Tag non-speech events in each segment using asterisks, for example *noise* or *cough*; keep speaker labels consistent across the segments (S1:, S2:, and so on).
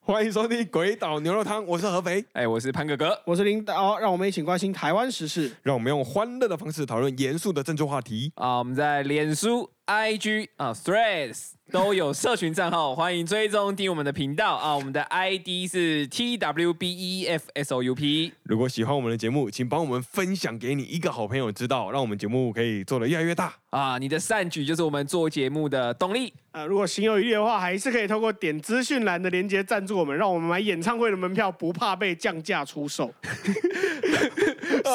S1: 欢迎收听《鬼岛牛肉汤》，我是合肥，
S2: 哎、我是潘哥哥。
S3: 我是林导，让我们一起关心台湾时事。
S1: 让我们用欢乐的方式讨论严肃的政治话题。
S2: 啊，我们在脸书、IG 啊、Threads 都有社群账号， *laughs* 欢迎追踪订阅我们的频道啊。我们的 ID 是 T W B E F S O U P。
S1: 如果喜欢我们的节目，请帮我们分享给你一个好朋友知道，让我们节目可以做得越来越大。
S2: 啊，你的善举就是我们做节目的动力。
S3: *laughs* 呃，如果心有余力的话，还是可以透过点资讯栏的连接赞助我们，让我们买演唱会的门票不怕被降价出 *laughs* 售。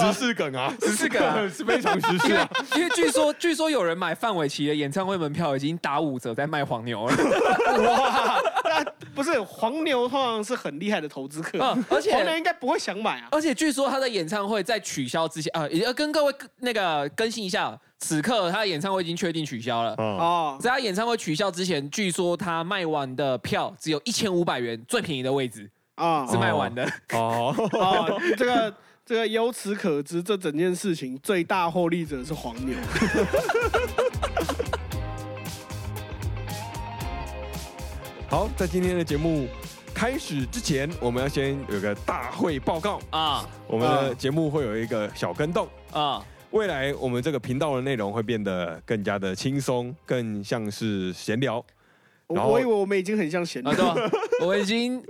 S1: 十四梗啊，
S2: 十呃四梗啊
S1: *laughs* 是非常时事
S2: 因为 *laughs*
S1: 啊。
S2: 因为据说据说有人买范玮琪的演唱会门票已经打五折在卖黄牛了。
S3: 哇，那不是黄牛通常是很厉害的投资客，
S2: 嗯而且
S3: 黄牛应该不会想买啊。
S2: 而且据说他的演唱会在取消之前啊，也要跟各位那个更新一下，此刻他的演唱会已经确定取消了。
S1: 啊，
S3: 哦，
S2: 在他演唱会取消之前，据说他卖完的票只有一千五百元，最便宜的位置
S3: 啊
S2: 是卖完的。
S1: 哦，
S3: *laughs* 哦，这个这个由此可知，这整件事情最大获利者是黄 *laughs* 牛。
S1: 好，在今天的节目开始之前，我们要先有个大会报告。
S2: 啊
S1: 我们的节目会有一个小跟动，
S2: 啊
S1: 未来我们这个频道的内容会变得更加的轻松，更像是闲聊。
S3: 我
S1: 然后
S3: 我以为我们已经很像闲
S2: 啊！
S3: 人。
S2: 对 *laughs* 吧，我已经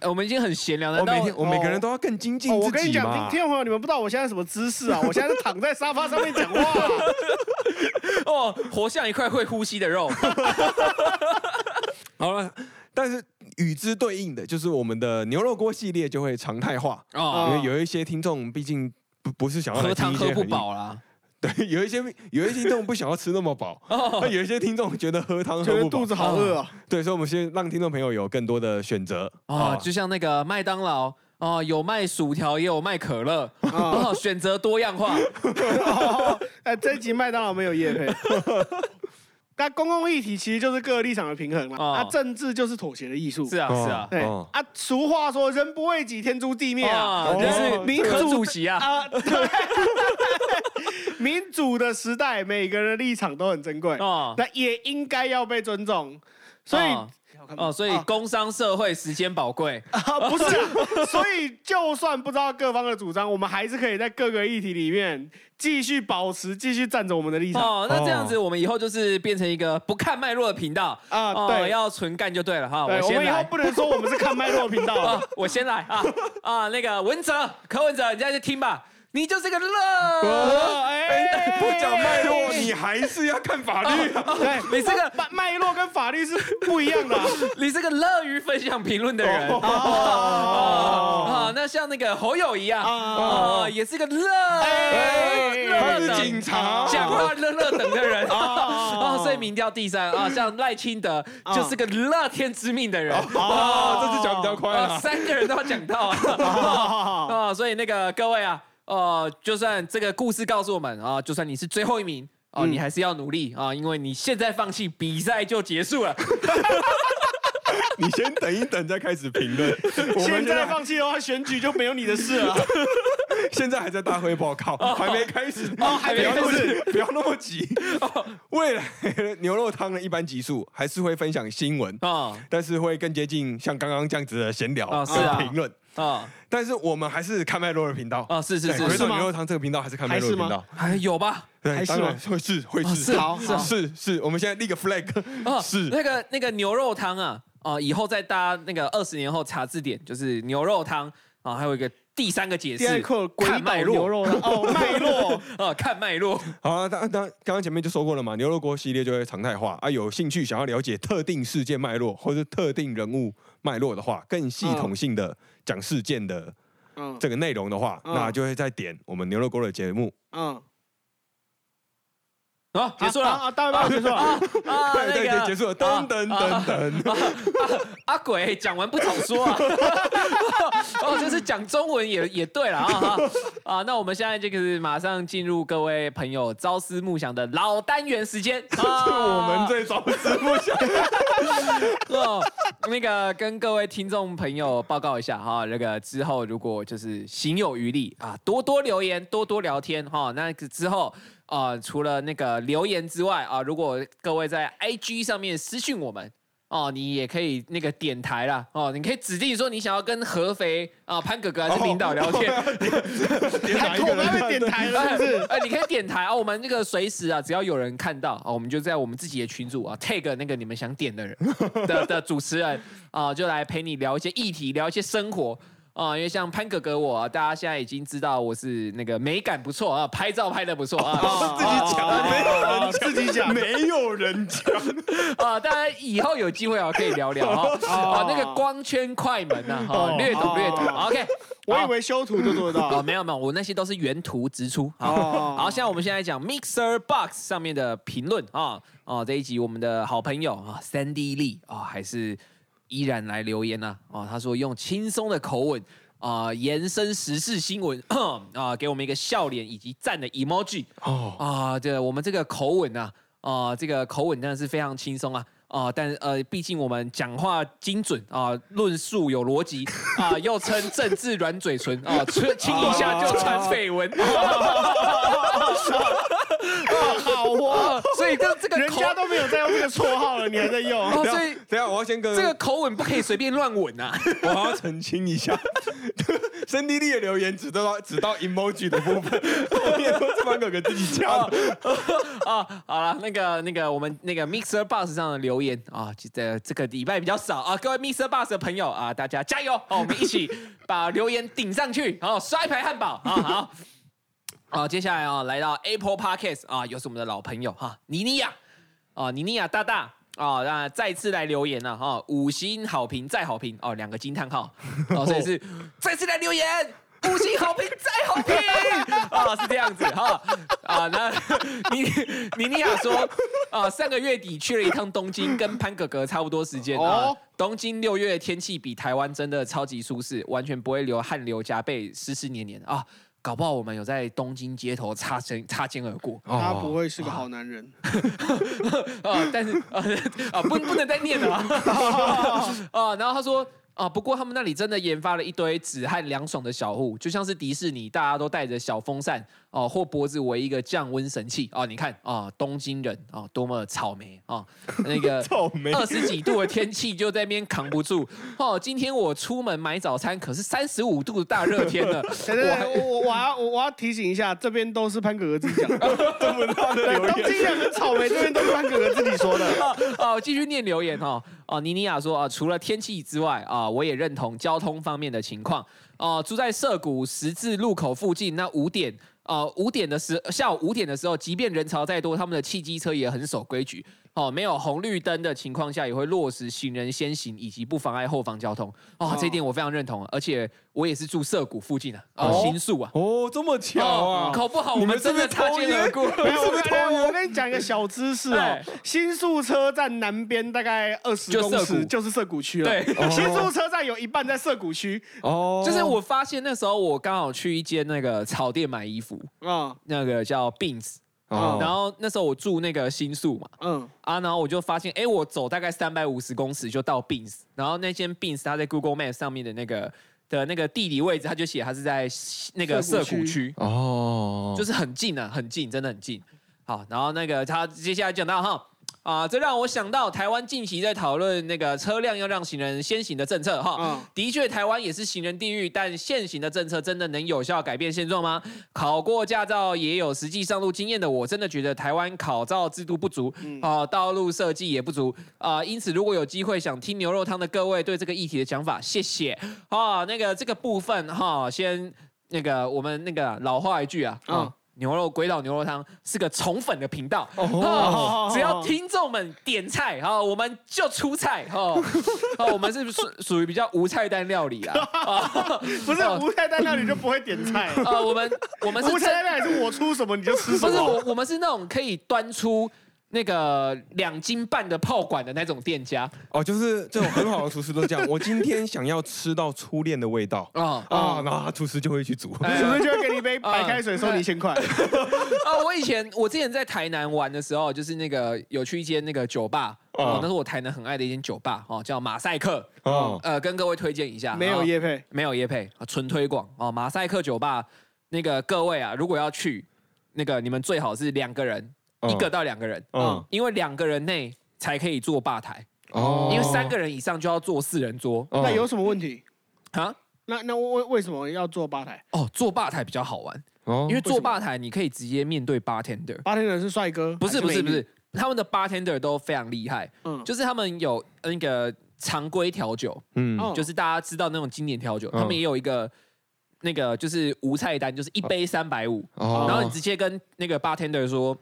S2: 呃我们已经很闲聊了。
S1: 我每
S2: 难
S1: 天
S2: 道
S1: 我每个人都要更精进
S3: 哦，我跟
S1: 自
S3: 你
S1: 己
S3: 讲，
S1: 嘛
S3: 听。听众朋友，你们不知道我现在什么姿势啊？我现在是躺在沙发上面讲话 *laughs* 啊、
S2: 哦，活像一块会呼吸的肉
S1: 好了，但是与之对应的就是我们的牛肉锅系列就会常态化，
S2: *laughs*
S3: 啊
S2: 哦，
S1: 因为有一些听众毕竟不不是想要来
S2: 喝
S1: 听
S2: 汤
S1: 一
S2: 喝
S1: 些
S2: 不
S1: 很硬，
S2: 饱啦。
S1: 对，有一些有一些听众不想要吃那么
S3: *laughs*
S1: 饱，
S2: 哦
S1: 那有一些听众觉得喝汤
S3: 哦觉
S1: 喝
S3: 得
S1: 不饱
S3: 肚，子好饿啊！
S1: 对，所以我们先让听众朋友有更多的选择
S3: 哦
S2: 啊，
S1: 啊，
S2: 就像那个麦当劳哦，有卖薯条，也有卖可乐，
S3: *laughs* 啊
S2: 哦，选择多样化。
S3: 哦哎，这一集麦当劳没有夜配。 *laughs* 那公共议题其实就是各个立场的平衡嘛，
S2: 哦
S3: 啊，政治就是妥协的艺术。
S2: *laughs* 是啊，是啊。
S3: 对
S1: 哦
S3: 啊，俗话说“人不为己，天诛地灭”啊，
S2: 哦
S3: 就
S2: 就是是
S3: 民
S2: 柯
S3: 主
S2: 主席 *laughs* 啊，
S3: 啊，对， *laughs* 民主的时代，每个人的立场都很珍贵，
S2: 哦
S3: 那也应该要被尊重。所以
S2: 哦哦，所以
S3: 啊
S2: 工商社会时间宝贵，
S3: 啊，不是啊， *laughs* 所以就算不知道各方的主张，我们还是可以在各个议题里面继续保持、继续站着我们的立场。
S2: 哦，那这样子我们以后就是变成一个不看脉络的频道
S3: 啊
S2: 哦
S3: 对
S2: 要纯干就对了哈。
S3: 对，我
S2: 先
S3: 们以后
S2: 来
S3: 不能说我们是看脉络频道
S2: 啊
S3: 了。，
S2: 我先来啊啊，那个文哲、柯文哲，你在这听吧，你就是个乐，
S3: 呃哎
S1: 哎，不讲脉络，你还是要看法律啊。
S3: 对，
S2: 你这个
S3: 脉脉络跟法律是不一样的啊。
S2: 你是个乐于分享评论的人。
S3: 哦
S2: 啊，那像那个侯友谊啊，
S3: 哦
S2: 哦，也是个乐，
S1: 他
S3: 哎
S2: 乐乐
S1: 是
S2: 等
S1: 警察，
S2: 讲话乐乐等的人
S3: 哦
S2: 啊，所以民调第三啊，像赖清德
S3: 啊
S2: 就是个乐天知命的人。
S1: 哦，这次讲比较快
S2: 啊，
S1: 了。
S3: 哦
S2: 三个人都要讲到啊啊，所以那个各位啊，呃，就算这个故事告诉我们啊，就算你是最后一名哦、你还是要努力啊，因为你现在放弃，比赛就结束了。
S1: 你先等一等，再开始评论。我们
S3: *laughs* 现
S1: 现
S3: 在
S1: 在
S3: 放弃的话，选举就没有你的事了。
S2: *laughs*
S1: 现在还在大会报告，还没开始，
S2: 哦还
S1: 不
S2: 没
S1: 要那么
S2: 开哦
S1: 急，不要那么急。未来牛肉汤的一般集数还是会分享新闻，
S2: 啊
S1: 但是会更接近像刚刚这样子的闲聊
S2: 哦是
S1: 跟
S2: 啊
S1: 评论。
S2: 啊
S1: 但是我们还是看麦洛的频道
S2: 啊！是是
S1: 对
S2: 是
S1: 回
S2: 是
S1: 到
S3: 吗
S1: 牛肉汤这个频道还是看麦洛的频道，
S2: 还有吧？
S1: 对，
S3: 还是
S1: 当然
S3: 吗
S1: 会是会
S2: 哦
S1: 是
S2: 是好好
S1: 是是，我们现在立个 flag，
S2: 啊，
S1: 是
S2: 那个那个牛肉汤啊，啊，以后在大家那个二十年后查字典，就是牛肉汤啊，还有一个第三个解
S3: 第二
S2: 释
S3: 课，鬼
S2: 看
S3: 岛
S2: 脉
S3: 牛
S2: 络
S3: 肉汤哦，脉
S2: *laughs*
S3: 络。
S2: 啊，看脉络
S1: 好了，当当刚刚前面就说过了嘛，牛肉锅系列就会常态化啊。有兴趣想要了解特定事件脉络或是特定人物脉络的话，更系统性的讲事件的
S3: 嗯
S1: 这个内容的话，
S3: 嗯
S1: 那就会再点我们牛肉锅的节目。
S3: 嗯，
S2: 啊，结束
S3: 啊
S2: 了
S3: 啊，大家结束了。
S2: 啊，
S1: 对
S2: 那
S1: 对
S2: 个
S1: 对，结束了，
S2: 啊
S1: 噔噔噔噔。
S2: 阿啊鬼讲完不早说啊！ *laughs* 哦，就是讲中文也也对了啊啊！那我们现在就是马上进入各位朋友朝思暮想的老单元时间，啊这
S1: *laughs*
S2: 是
S1: 是我们最早思不想，
S2: 哦，那个跟各位听众朋友报告一下哈、那个之后如果就是行有余力啊，多多留言，多多聊天哈、那之后啊、呃除了那个留言之外啊，如果各位在 IG 上面私讯我们。哦，你也可以那个点台啦，哦，你可以指定说你想要跟合肥啊、潘哥哥 *laughs* 还是领导聊天，
S1: 哦 *laughs*
S3: 太恐怖被点台了，是不是？
S2: 哎，你可以点台啊，我们那个随时啊，只要有人看到啊，我们就在我们自己的群组啊，tag 那个你们想点
S3: *laughs*
S2: 的人的的主持人啊，就来陪你聊一些议题，聊一些生活。啊，因为像潘哥哥我、啊，大家现在已经知道我是那个美感不错啊，拍照拍的不错啊，
S3: 哦自己讲，没有自己讲，
S1: 没有人讲，
S2: 啊，大家以后有机会啊可以聊聊啊，
S3: 哦
S2: 啊那个光圈快门呐，哈，略懂略懂
S3: 哦
S2: ，OK，
S3: 我以为修图就做得
S2: 哦，
S3: 到。
S2: 没有没有，我那些都是原图直出。好，
S3: 哦
S2: 好，现在我们现在讲 Mixer Box 上面的评论啊，哦，这一集我们的好朋友啊三 D 力啊，还是依然来留言呢、啊，他说用轻松的口吻啊、延伸时事新闻啊，给我们一个笑脸以及赞的 emoji
S1: 哦，
S2: 啊，这我们这个口吻啊，啊，这个口吻真的是非常轻松啊。啊、但呃，毕竟我们讲话精准啊、论述有逻辑啊、又称政治软嘴唇啊，亲、亲一下就传绯闻，
S3: *laughs* 好哦，
S2: 啊所以这这个
S3: 人
S2: 口
S3: 家都没有在用这个绰号了，你还在用？
S2: 哦，
S1: 等
S2: 所
S1: 一
S2: 以
S1: 下等一下，我要先跟
S2: 这个口吻不可以随便乱吻啊。
S1: 我要澄清一下， *laughs* 森弟弟的留言只到只到 emoji 的部分， *laughs* 后面都是方哥哥自己加
S2: 哦
S1: 的。
S2: 啊， *laughs* 好了，那个那个我们那个 Mixer Bus 上的留言啊，记得这个礼拜比较少啊，各位 Mixer Bus 的朋友啊，大家加油哦，我们一起把留言顶上去，好、刷一排汉堡啊，好。好，接下来啊，来到 Apple Podcast 啊，又是我们的老朋友哈，妮妮呀，啊，妮妮呀大大啊，那再次来留言了哈，五星好评再好评哦，两个惊叹号，哦，所以是再次来留言。五星好评再好评啊，是这样子哈啊。那 *laughs* 妮妮妮亚说啊，上个月底去了一趟东京，跟潘哥哥差不多时间啊
S3: 哦。
S2: 东京六月天气比台湾真的超级舒适，完全不会流汗流浃背，湿湿黏黏啊。搞不好我们有在东京街头擦身擦肩而过
S3: 他不会是个好男人。
S2: 哦啊，但是啊 *laughs* 啊，不不能再念了啊。
S1: *laughs*
S2: 啊，然后他说啊，不过他们那里真的研发了一堆止汗凉爽的小户，就像是迪士尼，大家都带着小风扇哦、或脖子围一个降温神器哦、你看啊、东京人啊、多么草莓啊、那
S1: *laughs*
S2: 个
S1: 草莓
S2: 二十几度的天气就在那边扛不住哦。今天我出门买早餐可是三十五度的大热天了，
S3: 对
S2: *laughs*
S3: 对
S2: 我还
S3: 对，我我要我我要提醒一下，这边都是潘哥哥自
S2: *laughs*
S3: 己讲的，
S1: 这么大的
S3: 对，
S1: 留
S3: 东
S1: 言，
S3: 京人很草莓，这边都是潘哥哥自己说的。
S2: *laughs* 哦，继续念留言哦。哦，妮妮亚说啊、除了天气之外啊、我也认同交通方面的情况。哦、住在涩谷十字路口附近，那五点呃五点的时下午五点的时候，即便人潮再多，他们的汽机车也很守规矩。哦，没有红绿灯的情况下，也会落实行人先行以及不妨碍后方交通。哦，这一点我非常认同，而且我也是住涩谷附近啊，哦，
S1: 哦
S2: 新宿啊。
S1: 哦，这么巧
S2: 哦
S1: 啊，！
S2: 搞不好
S1: 你
S2: 我们
S1: 们是
S2: 真
S1: 不是
S2: 的擦
S1: 抽
S2: 肩而
S1: 烟
S2: 过。
S3: 没有，
S1: 是
S3: 我
S1: 不是
S3: 跟你
S1: 偷
S3: 我
S1: 烟？
S3: 跟你讲一个小知识哦
S2: 哎，
S3: 新宿车站南边大概二十
S2: 就
S3: 公
S2: 涩
S3: 尺
S2: 谷
S3: 就是涩谷区了。
S2: 对
S1: 哦
S3: 新宿车站有一半在涩谷区
S1: 哦
S2: 就是我发现那时候我刚好去一间那个草店买衣服，
S3: 啊，
S2: 那个叫 Beans，、
S1: 哦
S2: 然后那时候我住那个新宿嘛，
S3: 嗯，
S2: 啊，然后我就发现，哎，我走大概三百五十公尺就到 Beans，然后那间 Beans 它在 Google Map 上面的那个的那个地理位置，它就写它是在西那个
S3: 涩
S2: 涩
S3: 谷区
S2: 谷区，
S1: 哦，
S2: 就是很近啊，很近，真的很近。好，然后那个他接下来讲到哈。啊，这让我想到台湾近期在讨论那个车辆要让行人先行的政策哈，
S3: 嗯
S2: 的确台湾也是行人地狱，但现行的政策真的能有效改变现状吗？考过驾照也有实际上路经验的我，真的觉得台湾考照制度不足，啊、
S3: 嗯
S2: 道路设计也不足啊、因此如果有机会想听牛肉汤的各位对这个议题的想法，谢谢啊、那个这个部分哈、先那个我们那个老话一句啊，啊、
S3: 嗯
S2: 牛肉鬼岛牛肉汤是个宠粉的频道，
S3: 哦
S2: 哦、只要听众们点菜哈、我们就出菜
S3: *laughs*
S2: 哦哦，我们是属属于比较无菜单料理
S3: *laughs*
S2: 啊，
S3: 嗯不是
S2: 哦
S3: 无菜单料理就不会点菜，
S2: *laughs* 啊，我们我们
S3: 无
S2: 是真
S3: 菜单料理是我出什么你就吃什
S2: 不是
S3: 么。
S2: 我我们是那种可以端出那个两斤半的炮管的那种店家
S1: 哦，就是这种很好的厨师都这样。我今天想要吃到初恋的味
S2: *laughs*
S1: 道
S3: 哦
S2: 啊
S1: 啊，然后厨师就会去煮。
S2: 哎
S3: 是不是就会给你一杯白开水，收你一千块？
S2: 啊！我以前我之前在台南玩的时候，就是那个有去一间那个酒吧，哦
S1: 哦，
S2: 那是我台南很爱的一间酒吧哦，叫马赛克， *laughs*
S1: 哦
S2: 呃，跟各位推荐一下，
S3: 没有
S2: 哦
S3: 叶配，
S2: 没有夜配啊，纯推广哦。马赛克酒吧那个各位啊，如果要去，那个你们最好是两个人，一个到两个人，
S1: 嗯
S2: 因为两个人内才可以坐吧台。
S1: 哦
S2: 因为三个人以上就要坐四人桌
S1: 哦
S3: 那有什么问题？
S2: 啊。
S3: 那那为为什么要做吧台？
S2: 哦，坐吧台比较好玩，
S1: 哦
S2: 因为坐吧台你可以直接面对 bartender，
S3: 八天的是帅哥，
S1: 啊
S2: 不是
S3: 还
S2: 不是不
S3: 美女，
S2: 是，他们的 bartender 都非常厉害，
S3: 嗯，
S2: 就是他们有那个常规调酒，
S1: 嗯
S3: 哦
S2: 就是大家知道那种经典调酒，
S1: 嗯
S2: 他们也有一个那个就是无菜单，就是一杯三百五，
S1: 哦
S2: 然后你直接跟那个 bartender 说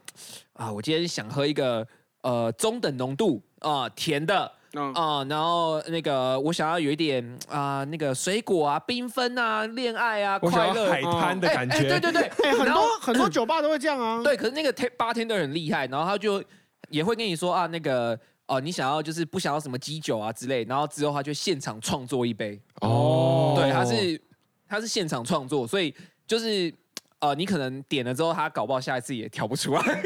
S2: 啊，我今天想喝一个呃中等浓度啊、甜的
S3: 嗯
S2: 啊、然后那个我想要有一点啊、那个水果啊缤纷啊恋爱啊
S1: 我想
S2: 快
S1: 要
S2: 乐
S1: 海滩的
S2: 哎
S1: 感
S2: 哎
S1: 觉，
S2: 对对对，
S3: *laughs* 哎，很
S2: 然后
S3: 多很多酒吧都会这样啊。
S2: 对，可是那个 ta- bartender 很厉害，然后他就也会跟你说啊，那个哦、你想要就是不想要什么基酒啊之类，然后之后他就现场创作一杯，
S1: 哦，
S2: 对，他是他是现场创作，所以就是。呃，你可能点了之后，他搞不好下一次也调不出来。 *laughs*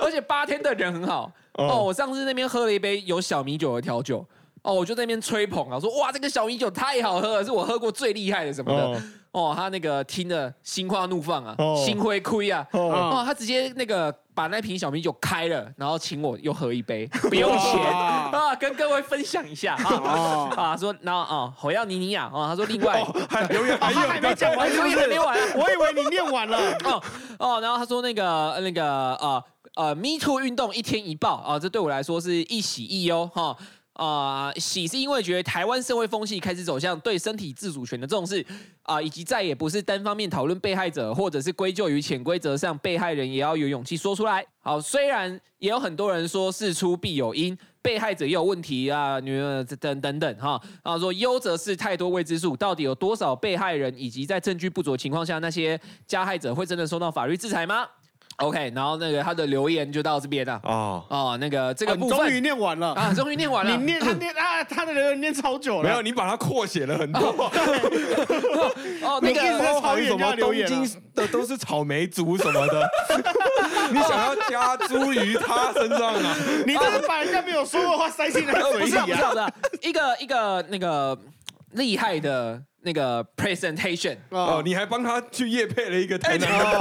S2: 而且 bartender 人很好哦，
S1: 哦
S2: 我上次那边喝了一杯有小米酒的调酒，哦，我就在那边吹捧啊，说哇，这个小米酒太好喝了，是我喝过最厉害的什么的。
S1: 哦
S2: 哦，他那个听的心花怒放啊，
S1: 哦
S2: 心灰亏啊，
S1: 哦
S2: 哦，他直接那个把那瓶小米酒开了，然后请我又喝一杯，不用钱
S3: 哇
S2: 啊，跟各位分享一下啊。
S3: 哦，
S2: 啊，说然后啊，火药尼尼亚啊，他说另外，
S1: 哦，还留言还
S3: 啊他还
S1: 有
S3: 没讲完是
S2: 我
S3: 不
S2: 以为
S3: 是
S2: 没？完啊
S3: *laughs* 我以为你念
S2: *laughs*
S3: 完了。
S2: 哦哦，然后他说那个那个呃呃，Me Too 运动一天一报啊、这对我来说是一喜一忧哈。啊、喜是因为觉得台湾社会风气开始走向对身体自主权的重视啊、以及再也不是单方面讨论被害者，或者是归咎于潜规则上，被害人也要有勇气说出来。好，虽然也有很多人说事出必有因，被害者也有问题啊，女儿等等等哈。然后说优则是太多未知数，到底有多少被害人，以及在证据不足的情况下，那些加害者会真的受到法律制裁吗？OK，然后那个他的留言就到这边了。
S1: 哦，
S2: 哦，那个这
S3: 这
S2: 个部
S3: 啊终于
S2: 分、
S3: 念完了，
S2: 啊，终于念完了。
S3: 你念他念啊，他的人念超久了。
S1: 没有，你把它扩写了很多，
S2: 哦，那
S3: 你一
S2: 个
S3: 直在
S1: 包
S3: 草
S1: 含
S3: 原
S1: 什
S3: 家
S1: 么
S3: 留
S1: 东
S3: 言啊
S1: 京的都是草莓族什么的， *laughs* 你想要加诸于他身上啊？
S3: 你这是把人家没有说过话塞进他
S2: 呃
S3: 嘴
S2: 不是啊不
S3: 里
S2: 是
S3: 啊！
S2: 啊不是啊，一个一个那个厉害的那个 presentation。
S1: 哦
S3: 哦，
S1: 你还帮他去夜配了一个台南
S2: 哎
S3: 哦
S1: 的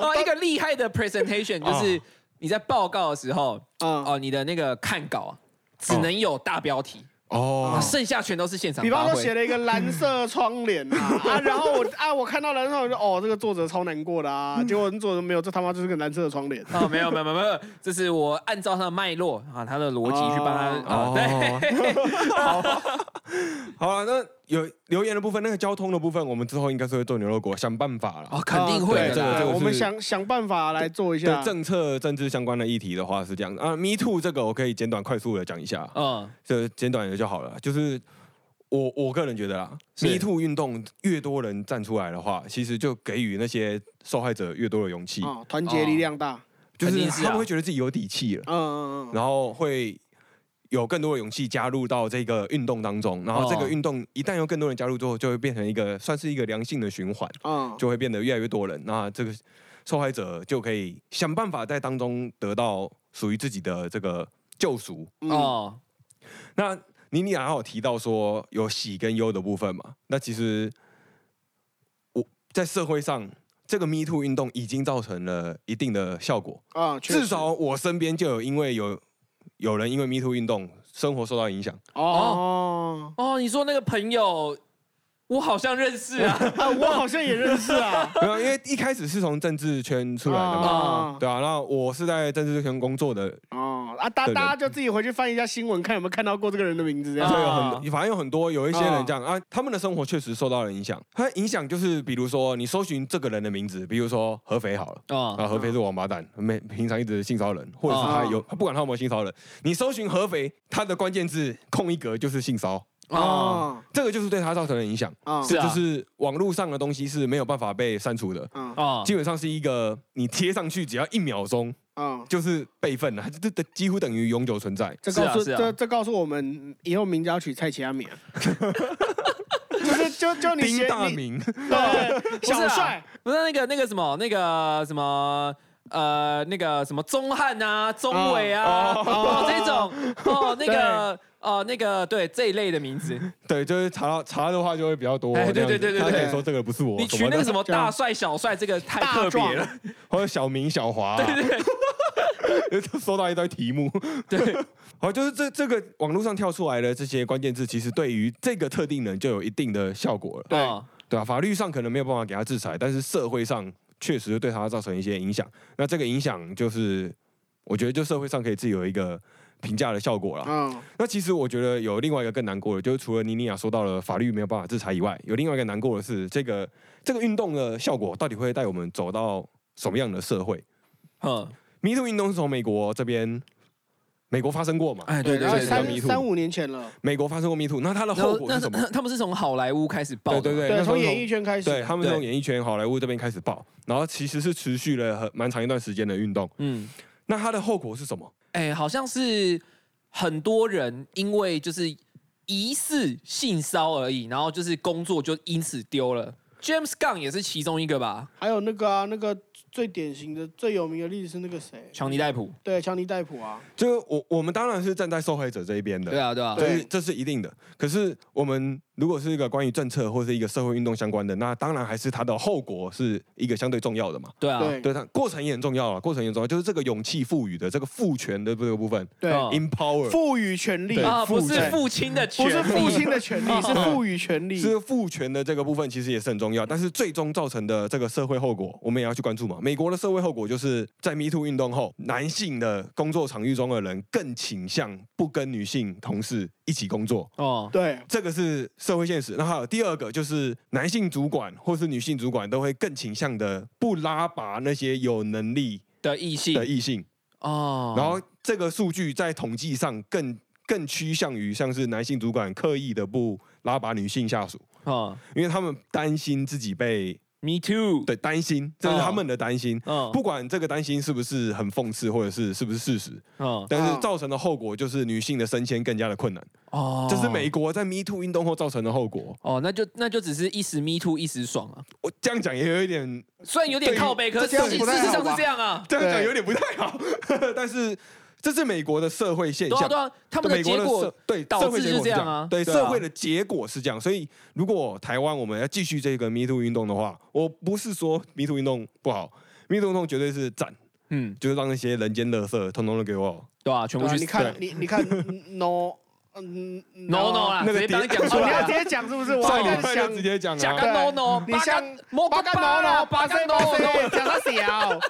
S3: 哦
S2: 哦，一个厉害的 presentation 就是你在报告的时候，
S3: 哦哦，
S2: 哦，你的那个看稿啊只能有大标题，
S1: 哦
S2: 啊剩下全都是现场
S3: 比方
S2: 发
S3: 说写
S2: 挥。
S3: 了一个蓝色窗帘啊，啊，然后我啊我看到蓝色，我就哦这个作者超难过的
S2: 嗯
S3: 啊，结果作者没有，这他妈就是个蓝色的窗帘。啊
S2: 哦，没有没有没有没有，这是我按照他的脉络啊，他的逻辑去帮他啊，对，
S1: 哦， *laughs* 好，好了，那有留言的部分，那个交通的部分，我们之后应该是会做牛肉果，想办法了。
S2: 哦，肯定会
S1: 对这
S2: 的
S1: 个
S2: 啦
S1: 这。个
S3: 我们
S1: 是
S3: 想想办法来做一
S1: 对
S3: 下。
S1: 政策、政治相关的议题的话是这样啊，Me Too 这个我可以简短快速的讲一下，
S2: 嗯，
S1: 这简短的就好了。就是我我个人觉得啦
S2: 是
S1: ，Me Too 运动越多人站出来的话，其实就给予那些受害者越多的勇气，
S3: 啊，团结力量大。
S1: 就
S2: 哦肯
S1: 是
S2: 定是啊
S1: 他们会觉得自己有底气了，
S3: 嗯嗯嗯嗯。
S1: 然后会有更多的勇气加入到这个运动当中，然后这个运动一旦有更多人加入之后，就会变成一个算是一个良性的循环，
S3: 嗯，
S1: 就会变得越来越多人，那这个受害者就可以想办法在当中得到属于自己的这个救赎。
S3: 哦，
S2: 哦，
S1: 那妮啊妮还有提到说有喜跟忧的部分嘛？那其实我在社会上。这个 Me Too 运动已经造成了一定的效果，
S3: 啊，确实
S1: 至少我身边就有因为有有人因为 Me Too 运动生活受到影响。
S3: 哦，
S2: 哦，你说那个朋友，我好像认识啊，
S3: 啊，我好像也认识啊，
S2: *laughs*
S1: 没有，因为一开始是从政治圈 *laughs* 出来的嘛。
S2: 哦
S3: 啊
S1: 对啊，那我是在政治圈工作的，
S3: 哦啊，大
S1: 对的
S3: 大家就自己回去翻一下新闻，看有没有看到过这个人的名字，这
S1: 就
S3: 样
S2: 啊
S1: 有很多，反正有很多有一些人这样
S2: 哦
S1: 啊，他们的生活确实受到了影响。他影响就是，比如说你搜寻这个人的名字，比如说合肥好了，
S2: 哦
S1: 啊，合肥是王八蛋，没平常一直性骚人，或者是
S2: 啊
S1: 他有，不管他有没有性骚人，你搜寻合肥，他的关键字空一格就是性骚，
S2: 哦，
S3: 哦
S1: 这个就是对他造成的影响。
S3: 哦
S2: 是
S1: 这
S2: 啊
S1: 就是网络上的东西是没有办法被删除的，
S3: 嗯
S2: 哦
S1: 基本上是一个你贴上去只要一秒钟
S3: 嗯，
S1: 就是啊备份了，这这几乎等于永久存在。
S3: 这
S2: 是啊
S3: 告诉
S2: 是啊
S3: 这这告诉我们以后名字要取蔡奇
S1: *laughs*
S3: 阿米啊，就是就就你
S1: 丁
S3: 写
S1: 大
S3: 你
S1: 明， *laughs*
S3: 对
S2: 是啊
S3: 小帅
S2: 不是那个那个什么那个什么。呃，那个什么钟汉啊、钟伟啊，
S3: 哦
S2: 哦这种，哦那个，哦那个，对这一类的名字，
S1: 对，就是查到查的话就会比较多。
S2: 哎对
S1: 这样子
S2: 对对对
S1: 他
S2: 对
S1: 可以说这个不是我，
S2: 你取那个什
S1: 么
S2: 么大帅、小帅，这个太特别了，
S1: *laughs* 的，或者小明、小华啊，
S2: 对对对，
S1: 收到一堆题目。
S2: *laughs* 对，
S1: 好，就是这这个网络上跳出来的这些关键字，其实对于这个特定人就有一定的效果了，
S3: 对
S2: 哦
S1: 对啊吧、法律上可能没有办法给他制裁，但是社会上确实对他造成一些影响。那这个影响就是，我觉得就社会上可以自己有一个评价的效果了。
S3: 嗯，
S1: 那其实我觉得有另外一个更难过的，就是除了妮妮啊亚说到了法律没有办法制裁以外，有另外一个难过的是，这个这个运动的效果到底会带我们走到什么样的社会
S2: 嗯，
S1: ？Me Too 运动是从美国这边，美国发生过嘛？
S2: 哎，
S3: 对，
S2: 对对
S3: 然后
S2: 对，
S1: 迷
S3: 三
S1: 途
S3: 三五年前了，
S1: 美国发生过 Me Too，那它的
S2: 然
S1: 后
S2: 后
S1: 果
S2: 那
S1: 是什么？
S2: 是他们是从好莱坞开始爆
S1: 对
S2: 的，
S1: 对对，
S3: 对，
S1: 那时候
S3: 从演艺圈开始，
S1: 对他们从
S2: 对
S1: 演艺圈好莱坞这边开始爆，然后其实是持续了很蛮长一段时间的运动。
S2: 嗯，
S1: 那它的后果是什么？
S2: 哎，好像是很多人因为就是疑似性骚而已，然后就是工作就因此丢了。James Gunn 也是其中一个吧，
S3: 还有那个啊，那个最典型的、最有名的例子是那个谁，
S2: 强尼戴普。
S3: 对，强尼戴普啊，
S1: 就是我我们当然是站在受害者这一边的，
S2: 对啊，对啊，
S1: 这
S3: 对
S1: 是这是一定的。可是我们如果是一个关于政策或是一个社会运动相关的，那当然还是它的后果是一个相对重要的嘛。
S2: 对啊，
S3: 对
S1: 对它过程也很重要啊，过程也很重要，就是这个勇气赋予的这个赋权的这个部分、
S3: 对，
S2: 嗯
S1: e m p o w e r
S3: 赋予权利
S1: 对
S2: 啊，
S1: 父
S2: 不是
S1: 权
S2: 父亲的
S3: 不是
S2: 权
S3: 父
S2: 利
S3: 亲的权利，
S1: *laughs*
S3: 是赋予权利，
S1: 是赋权的这个部分其实也是很重要，但是最终造成的这个社会后果，我们也要去关注嘛。美国的社会后果就是在 Me Too 运动后，男性的工作场域中的人更倾向不跟女性同事一起工作，
S2: 哦，
S3: 对，
S1: 这个是社会现实。那还有第二个就是男性主管或是女性主管都会更倾向的不拉拔那些有能力
S2: 的异性
S1: 的异性，
S2: 哦，
S1: 然后这个数据在统计上更更趋向于像是男性主管刻意的不拉拔女性下属，
S2: 哦
S1: 因为他们担心自己被
S2: ，Me too，
S1: 对担心，这是
S2: 哦
S1: 他们的担心。
S2: 嗯，
S1: 不管这个担心是不是很讽刺，或者是是不是事实，
S2: 嗯，
S1: 但
S3: 哦
S1: 是造成的后果就是女性的升迁更加的困难。
S2: 哦，
S1: 这是美国在 Me Too 运动后造成的后果。
S2: 哦，那就那就只是一时 me too 一时爽啊，
S1: 我这样讲也有一点，
S2: 虽然有点
S1: 对
S2: 靠背，可是
S3: 这
S2: 事
S3: 样
S2: 实
S3: 不太
S2: 事实
S3: 好
S2: 上
S3: 吧
S2: 是这样啊。
S1: 这样讲
S3: 对
S1: 有点不太好， *laughs* 但是这是美国的社会现
S2: 对啊
S1: 象
S2: 对。啊，他们的
S1: 美国
S2: 结果
S1: 社对
S2: 导
S1: 社会
S2: 致
S1: 结
S2: 是
S1: 果
S2: 这样
S1: 样
S2: 啊
S1: 对
S2: 对啊
S1: 社会的结果是这样，所以如果台湾我们要继续这个 Me Too 运动的话，我不是说 Me Too 运动不好，Me Too 运动绝对是赞，
S2: 嗯，
S1: 就是让那些人间垃圾通通都给我
S2: 对啊，全
S3: 对
S2: 部
S3: 啊
S2: 去
S3: 你
S2: 死
S3: 看你
S1: *laughs*
S3: 你看 no，嗯
S2: no no 啦，
S1: 那
S2: 直
S1: 个
S2: 接帮你
S1: 碟
S2: 讲出
S3: 哦，你
S2: 来
S3: 要直
S2: 啊，
S3: 接讲是不是？我
S1: 上
S3: 有
S1: 礼
S3: 点
S1: 拜
S3: 想
S1: 就直接讲
S2: 讲
S1: 啊，
S2: 个 no no，
S3: 你
S2: 八个
S3: 像
S2: 摸
S3: 八
S2: 个
S3: 个
S2: 巴
S3: no
S2: 啦
S3: no，八
S2: 八
S3: 个
S2: 个 no
S3: no
S2: no，
S3: no，讲到啊小，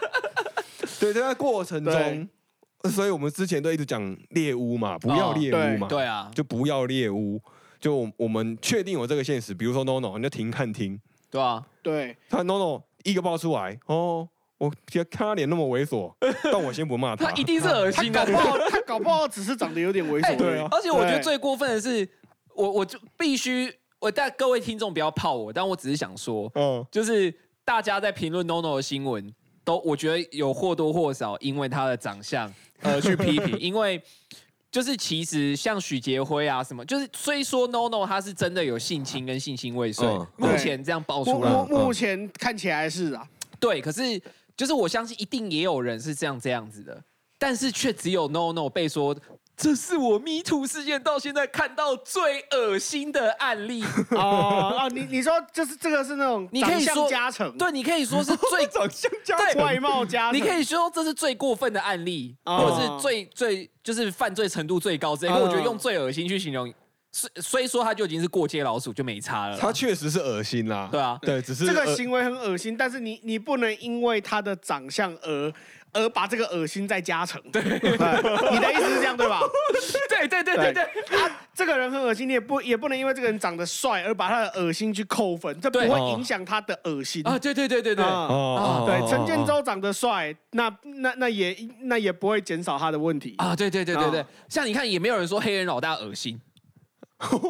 S1: 对，就在过程
S3: 对
S1: 中，所以我们之前都一直讲猎巫嘛，不要
S2: 哦
S1: 猎巫嘛，
S2: 对啊，
S1: 就不要猎巫，就我我们确定有这个现实，比如说 No No，你就停看听，
S2: 对啊，
S3: *laughs* 对
S1: 他 No No 一个爆出来哦。我觉得看他脸那么猥琐，但我先不骂
S2: 他一定是恶
S3: 他
S2: 心
S3: 搞
S2: 的
S3: 不。好他搞不好只是长得有点猥
S2: 哎
S3: 琐，
S1: 对啊
S2: 而且我觉得
S3: 对
S2: 最过分的是，我我就必须，我但各位听众不要泡我，但我只是想说，
S1: 嗯，
S2: 就是大家在评论 NONO 的新闻，都我觉得有或多或少因为他的长相而去批
S1: *laughs*
S2: 评，因为就是其实像许杰辉啊什么，就是虽说 NONO 他是真的有性侵跟性侵未遂，
S1: 嗯
S2: 目前这样爆
S3: 目
S2: 出来，
S3: 目
S1: 啊
S3: 目前看起来是啊，
S2: 对，可是就是我相信一定也有人是这样这样子的，但是却只有 NONO 被说。这是我 Me Too 事件到现在看到最恶心的案例。
S3: 哦哦，你你说就是这个是那种
S2: 你可
S3: 长
S2: 以
S3: 相
S2: 说
S3: 加成，
S2: 对，你可以说是 *laughs* 最
S1: 长相加
S2: 对
S3: 外貌加成，
S2: 你可以说这是最过分的案例，
S3: 哦
S2: 或者是最最就是犯罪程度最高之类。
S3: 嗯
S2: 可我觉得用最恶心去形容，虽虽说他就已经是过街老鼠，就没差了啦。
S1: 他确实是恶心啦，
S2: 对啊
S1: 对，只是
S3: 这个
S1: 恶
S3: 行为很恶心，但是你你不能因为他的长相而而把这个恶心再加成。对，你的意思是这样对吧？
S2: *laughs*
S3: *laughs*
S2: 对对对对对，
S3: 这个人很恶心，你也不也不能因为这个人长得帅而把他的恶心去扣分，这不
S2: 对
S3: 会
S1: 哦
S3: 影响他的恶心。
S2: 啊，对对对对对，
S3: 啊
S1: 哦
S3: 对，陈建。
S1: 哦哦
S3: 州长得帅，那那那也那也不会减少他的问题。
S2: 啊，对对对对对
S3: 啊，
S2: 像你看，也没有人说黑人老大恶心，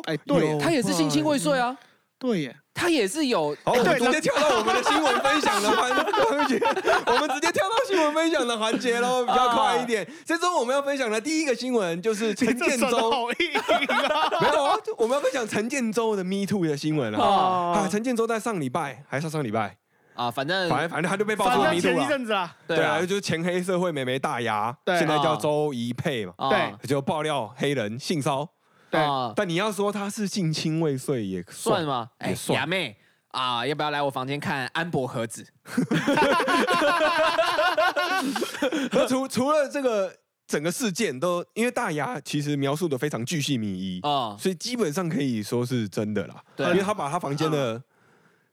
S3: 哎，对耶
S1: 有
S2: 他也是性侵未遂啊，
S3: 对耶，
S2: 他也是有
S1: 好，我
S3: 对
S1: 们哦直接跳到我们的新闻分享的环环节，我们直接跳到新闻分享的环节喽，比较快一点。这周我们要分享的第一个新闻就是陈
S3: *laughs* 这
S1: 建
S3: 算
S1: 州，
S3: 好硬啊！
S1: 没有啊，我们要分享陈建州的 Me Too 的新闻啊。
S3: 哦
S2: 啊
S1: 啊，陈建州在上礼拜还是上礼拜，
S2: 啊，反正
S1: 反正反正他就被爆
S3: 反
S1: 出
S3: 正
S1: Me
S3: 前
S1: Too
S3: 一
S1: 了。
S3: 阵子啊，
S1: 对
S2: 对
S1: 啊，
S2: 啊
S1: 就是前黑社会美眉大牙，
S3: 对
S1: 现在叫
S2: 啊
S1: 周怡佩嘛，
S2: 啊
S3: 对
S1: 就爆料黑人性骚扰。
S3: 对
S2: 啊，
S1: 但你要说他是性侵未遂也
S2: 算吗？
S1: 也
S2: 哎，
S1: 算
S2: 雅妹啊，要不要来我房间看安博盒子？
S1: 那除除了这个整个事件都，因为大牙其实描述的非常巨细靡遗
S2: 哦
S1: 所以基本上可以说是真的啦。
S2: 对啊
S1: 因为他把他房间的。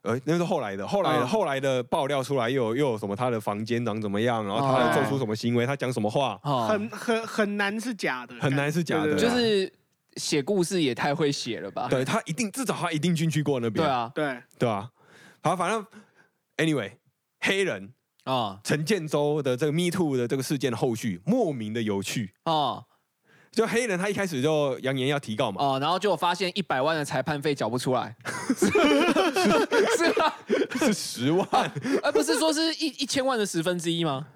S1: 呃，那是后来的，后来的、
S2: 嗯
S1: 后来的爆料出来，又有又有什么他的房间长怎么样，然后他
S2: 哦
S1: 做出什么行为，他讲什么话，
S2: 哦，
S3: 很很很难是假的，
S1: 很难是假的
S3: 对对
S2: 就
S3: 对
S2: 是写故事也太会写了吧？
S1: 啊对他一定至少他一定进去过那边，
S2: 哦对，啊，
S3: 对
S1: 对啊，好，反正 anyway，黑人
S2: 哦
S1: 陈建州的这个 Me Too 的这个事件的后续莫名的有趣，
S2: 哦
S1: 就黑人他一开始就扬言要提告嘛， *laughs*
S2: 哦，然后就发现一百万的裁判费缴不出来， *laughs* 是吧？
S1: 是十万，
S2: 而不是说是一一千万的十分之一吗？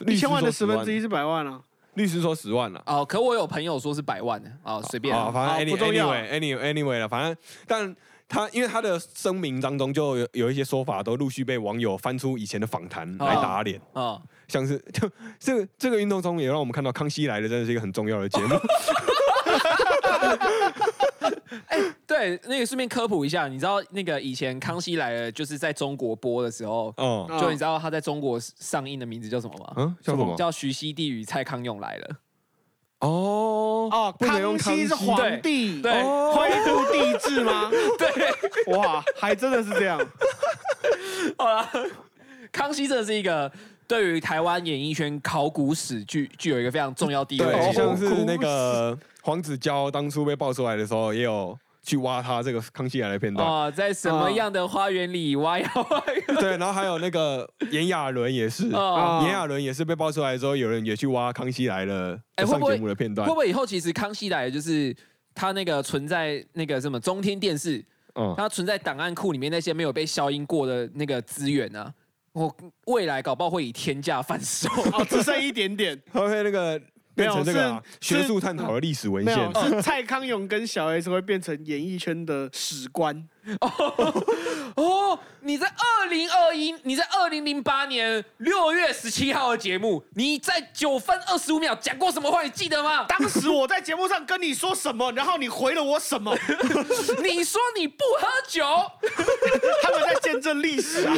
S1: 律
S3: 一
S1: 师
S3: 千
S1: 说
S3: 万的十分之
S1: 一，
S3: 一是百万啊，
S1: 律师说十万了。
S2: 哦，可我有朋友说是百万的，哦，随便啊
S1: 啊，反正
S3: 不重
S1: any
S3: 要
S1: anyway anyway anyway 了，反正但他因为他的声明当中就有有一些说法，都陆续被网友翻出以前的访谈来打脸，
S2: 哦，
S1: 像是就这个这个运动中也让我们看到《康熙来了》真的是一个很重要的节
S3: *laughs*
S1: 目，
S2: 对，那个顺便科普一下，你知道那个以前《康熙来了》就是在中国播的时候，
S1: 哦，
S2: 就你
S3: 嗯
S2: 知道他在中国上映的名字叫什么吗？
S1: 嗯，叫什么？
S2: 叫徐熙娣与蔡康永来了。 *laughs*
S1: 哦
S3: 哦，
S1: 不能用
S3: 康熙是皇帝，
S2: 对
S1: 哦
S3: 恢复帝制吗？
S2: 对，
S3: 哇，还真的是这样，
S2: 好了，康熙真的是一个对于台湾演艺圈考古史具具有一个非常重要地位哦的
S1: 对，
S2: 节
S1: 像
S2: 目。
S1: 是那个
S3: 哦
S1: 黄子佼当初被爆出来的时候，也有去挖他这个《康熙来了》片段，
S2: 哦，在什么样的花园里
S1: *laughs*
S2: 挖 *laughs* 呀挖呀？
S1: 对，然后还有那个炎亚纶也是，
S2: 哦，
S1: 炎亚纶也是被爆出来之后，有人也去挖《康熙来了》
S2: 哎会
S1: 上
S2: 不会
S1: 节目的片段
S2: 会不，会以后其实康熙来了就是他那个存在那个什么中天电视，
S1: 嗯，
S2: 它存在档案库里面那些没有被消音过的那个资源啊，我未来搞不好会以天价贩售。
S3: 哦，只剩一点点，
S1: 会不会那个变成这个啊
S3: 是
S1: 学术探讨的历史文
S3: 没有
S1: 献？
S3: 是蔡康永跟小 S 会变成演艺圈的史官，
S2: *laughs* 哦，你在二零二一，你在二零零八年六月十七号的节目，你在九分二十五秒讲过什么话？你记得 *laughs* 吗？
S3: 当时我在节目上跟你说什么，然后你回了我什么，
S2: 你说你不喝酒，
S3: 他们在见证历史啊，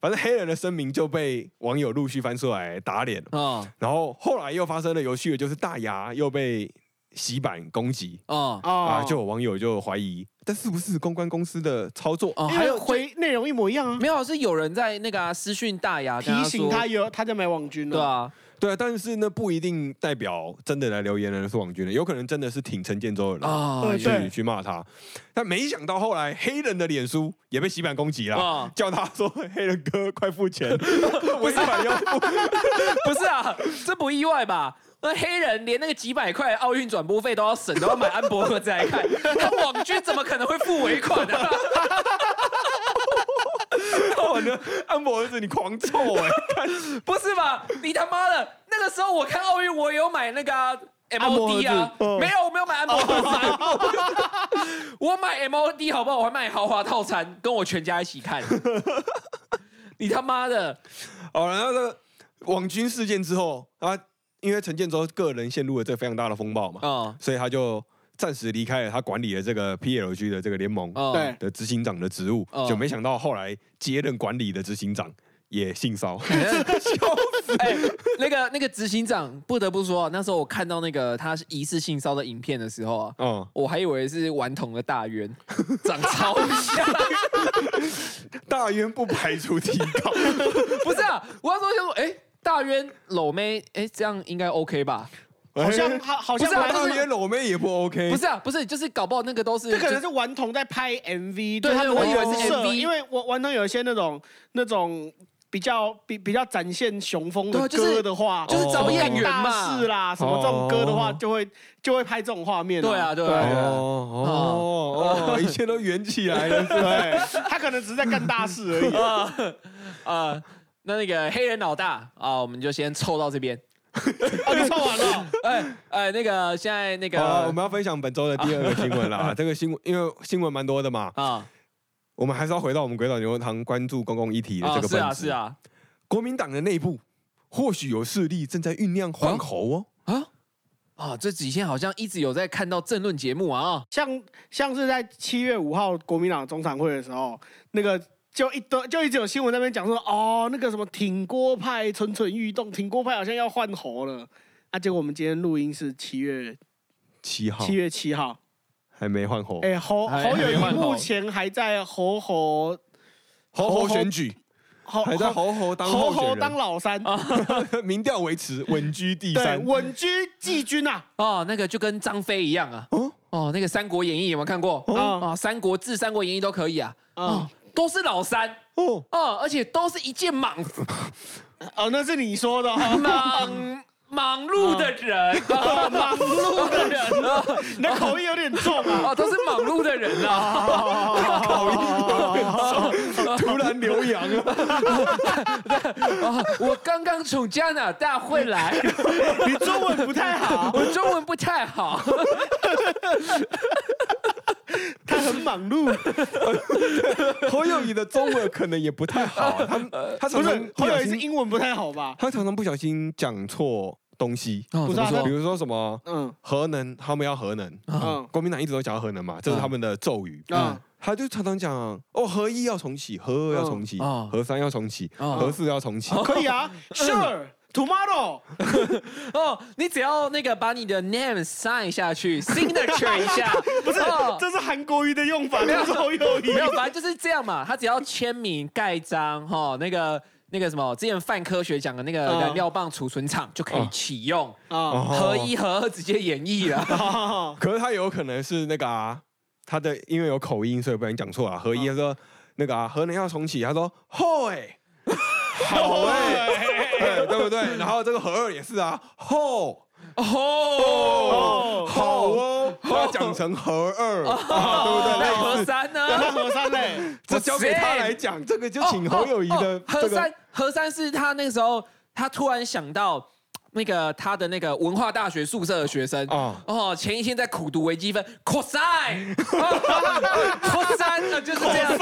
S1: 反正黑人的声明就被网友陆续翻出来打脸了。
S2: 哦
S1: 然后后来又发生了有趣的，就是大牙又被洗版攻击
S2: 哦
S1: *laughs* 啊，
S3: 哦，
S1: 就有网友就怀疑这是不是公关公司的操作？
S2: 哦，
S3: 因
S2: 还
S3: 为
S2: 有
S3: 回内容一模一样啊，
S2: 没有是有人在那个、啊、私讯大牙跟
S3: 提醒
S2: 说
S3: 他有他家买网军了，
S2: 对啊，
S1: 对啊，但是那不一定代表真的来留言的人是网军的，有可能真的是挺陈建州的人。
S2: 啊
S3: 对
S1: 去去骂他，但没想到后来黑人的脸书也被洗版攻击了，
S2: 啊，
S1: 叫他说黑人哥快付
S3: *laughs*
S1: 钱，我一版要付。
S2: 不是啊，这不意外吧？那黑人连那个几百块奥运转播费都要省，都要买安博盒子来看，他网军怎么可能会付尾款呢、啊？
S1: 我的按摩儿子你狂揍哎、
S2: 不是吧？你他妈的，那个时候我看奥运，我有买那个、啊、MOD 啊，没有，我没有买安博盒子啊，我买 MOD 好不好？我还买豪华套餐，跟我全家一起看。你他妈的，
S1: *laughs* 好，然后这个网军事件之后啊，因为陈建州个人陷入了这非常大的风暴
S3: 啊
S1: 嘛，
S2: 嗯
S1: 所以他就暂时离开了他管理的这个 PLG 的这个联盟
S2: 嗯，
S3: 对
S1: 的执行长的职务
S3: 啊
S2: 哦，
S1: 就没想到后来接任管理的执行长也性骚扰。
S3: *laughs*
S2: *laughs* 哎、那个那个执行长，不得不说啊，那时候我看到那个他是疑似性骚的影片的时候啊，
S1: 嗯，
S2: 我还以为是顽童的大 *laughs* 渊，长超像。
S1: 大渊不排除提高。
S2: 不是啊，我要说想说，哎、大渊搂妹，哎、这样应该 OK 吧？ *laughs*
S3: 好像好好
S2: 不
S3: 像
S2: 是啊
S3: 顽
S1: 大
S3: 童
S2: 不是
S1: 渊裸妹也不 OK，
S2: 不是啊，不是，就是搞不好那个都是，
S3: 这可能
S2: 就是
S3: 顽童在拍 MV，
S2: 对
S3: 就他们
S2: 对我
S3: 会
S2: 以为是
S3: 设
S2: MV
S3: 因为顽顽童有一些那种那种比较比比较展现雄风
S2: 对啊
S3: 的
S2: 就是
S3: 歌的话，
S2: 就是
S1: 哦
S2: 找
S1: 什么
S2: 演
S1: 干
S2: 员
S3: 大
S2: 嘛
S3: 事。啦什么这种歌的话，
S1: 哦
S3: 就会就会拍这种画面。
S2: 对啊对啊
S1: 哦
S2: 对啊
S1: 哦哦，一切都圆起来了，是吧？
S3: *laughs* 对， *laughs* 他可能只是在干大
S2: *laughs*
S3: 事而已。
S2: 啊啊，那那个黑人老大啊，我们就先凑到这边。
S3: 哦，你唱完了，
S2: 哎、哎、那个现在那个
S1: 好哦了，我们要分享本周的第二个新闻
S3: *laughs*
S1: 啦。这个新闻因为新闻蛮多的嘛，
S2: 啊
S1: 我们还是要回到我们鬼岛牛肉汤关注公共议题的这
S2: 啊
S1: 个
S2: 是
S1: 本
S2: 啊
S1: 质。
S2: 是，啊
S1: 国民党的内部或许有势力正在酝酿换候哦。
S2: 啊啊，这几天好像一直有在看到政论节目啊啊，
S3: 像像是在七月五号国民党中常会的时候，那个就一堆就一直有新闻那边讲说，哦，那个什么挺郭派蠢蠢欲动，挺郭派好像要换猴了。啊，结果我们今天录音是七月
S1: 七号
S3: 七月七号，
S1: 还没换猴，
S3: 哎、侯
S2: 还
S3: 侯友
S2: 还没换
S3: 谊
S2: 猴
S3: 目前还在侯侯
S1: 猴
S3: 猴
S1: 猴
S3: 猴
S1: 选举
S3: 侯
S1: 还在猴猴当
S3: 侯
S1: 候
S3: 侯
S1: 选
S3: 当
S1: 人，
S3: 老三，
S1: *laughs* 民调维持稳居第
S3: 对，
S1: 三。
S3: 稳居季军啊。
S2: 哦，那个就跟张飞一样啊，
S1: 哦
S2: 哦，那个《三国演义》有没有看过？
S3: 哦
S2: 啊，《三国志》《三国演义》都可以啊，
S3: 嗯
S2: 哦，都是老三。
S1: 哦，
S2: 哦，而且都是一介莽
S3: 哦，那是你说的、
S1: *laughs*
S3: 哦，
S2: 莽忙碌的人，
S3: 忙碌的人啊，你的口音有点重啊。
S2: 哦，都是忙碌的人啊，
S1: 哦
S3: 哦
S1: 口音突然留洋
S3: *laughs*
S1: 了，
S2: 哦我刚刚从加拿大回来，
S3: 你中文不太好，
S2: 我中文不太好，
S3: 他很忙
S1: *laughs*
S3: 碌。
S1: 侯友谊的中文可能也不太好，啊他他
S3: 不
S1: 常常
S3: 是，
S1: 不
S3: 侯
S1: 小
S3: 友谊是
S1: 心，
S3: 英文不太好吧？
S1: 他常常不小心讲错东西，
S2: 哦
S3: 不是啊
S2: 怎么
S1: 比
S2: 说啊
S1: 如说什么
S3: 嗯
S1: 核能，他们要核能，
S3: 嗯
S1: 国民党一直都讲到核能嘛，这是
S2: 嗯
S1: 他们的咒语。
S3: 嗯
S1: 他就常常讲哦，核一要重启，核二要重启，
S2: 嗯
S1: 核三要重启，
S2: 嗯
S1: 核四要重启。
S3: 可以啊，Sure。Tomorrow，
S2: 哦，你只要那个把你的 name sign 下去，signature 一下，
S3: 不是
S2: 哦，
S3: 这是韩国语的用法，那是侯友谊
S2: *laughs* 没。有，反正就是这样嘛。他只要签名盖章，哈，那个那个什么，之前范科学讲的那个
S3: 嗯
S2: 燃料棒储存厂就可以启用，
S3: 啊，
S1: 哦
S2: 合一合二直接演绎
S1: *laughs*
S2: 了。
S1: *laughs*
S3: 哦
S1: 可是他有可能是那个啊，他的因为有口音，所以不然讲错了。合一他说那个啊，核能要重启，他说后哎， *laughs* 好哎，对对不对？然后这个核二也是啊，后
S2: 哦，
S3: 哦，
S1: 好哦，他讲成核
S2: *laughs*
S1: 二，啊对不对？
S2: 哦那
S1: 类
S2: 核
S1: 似
S2: 三呢？
S3: 那何山嘞？
S1: 这交给他来讲，这个就请侯友谊的
S2: 哦哦哦
S1: 这
S2: 何
S1: 个
S2: 三，何三是他那个时候，他突然想到那个他的那个文化大学宿舍的学生
S1: 啊
S2: 哦，前一天在苦读微积分，cosine，cosine 哦啊就是这样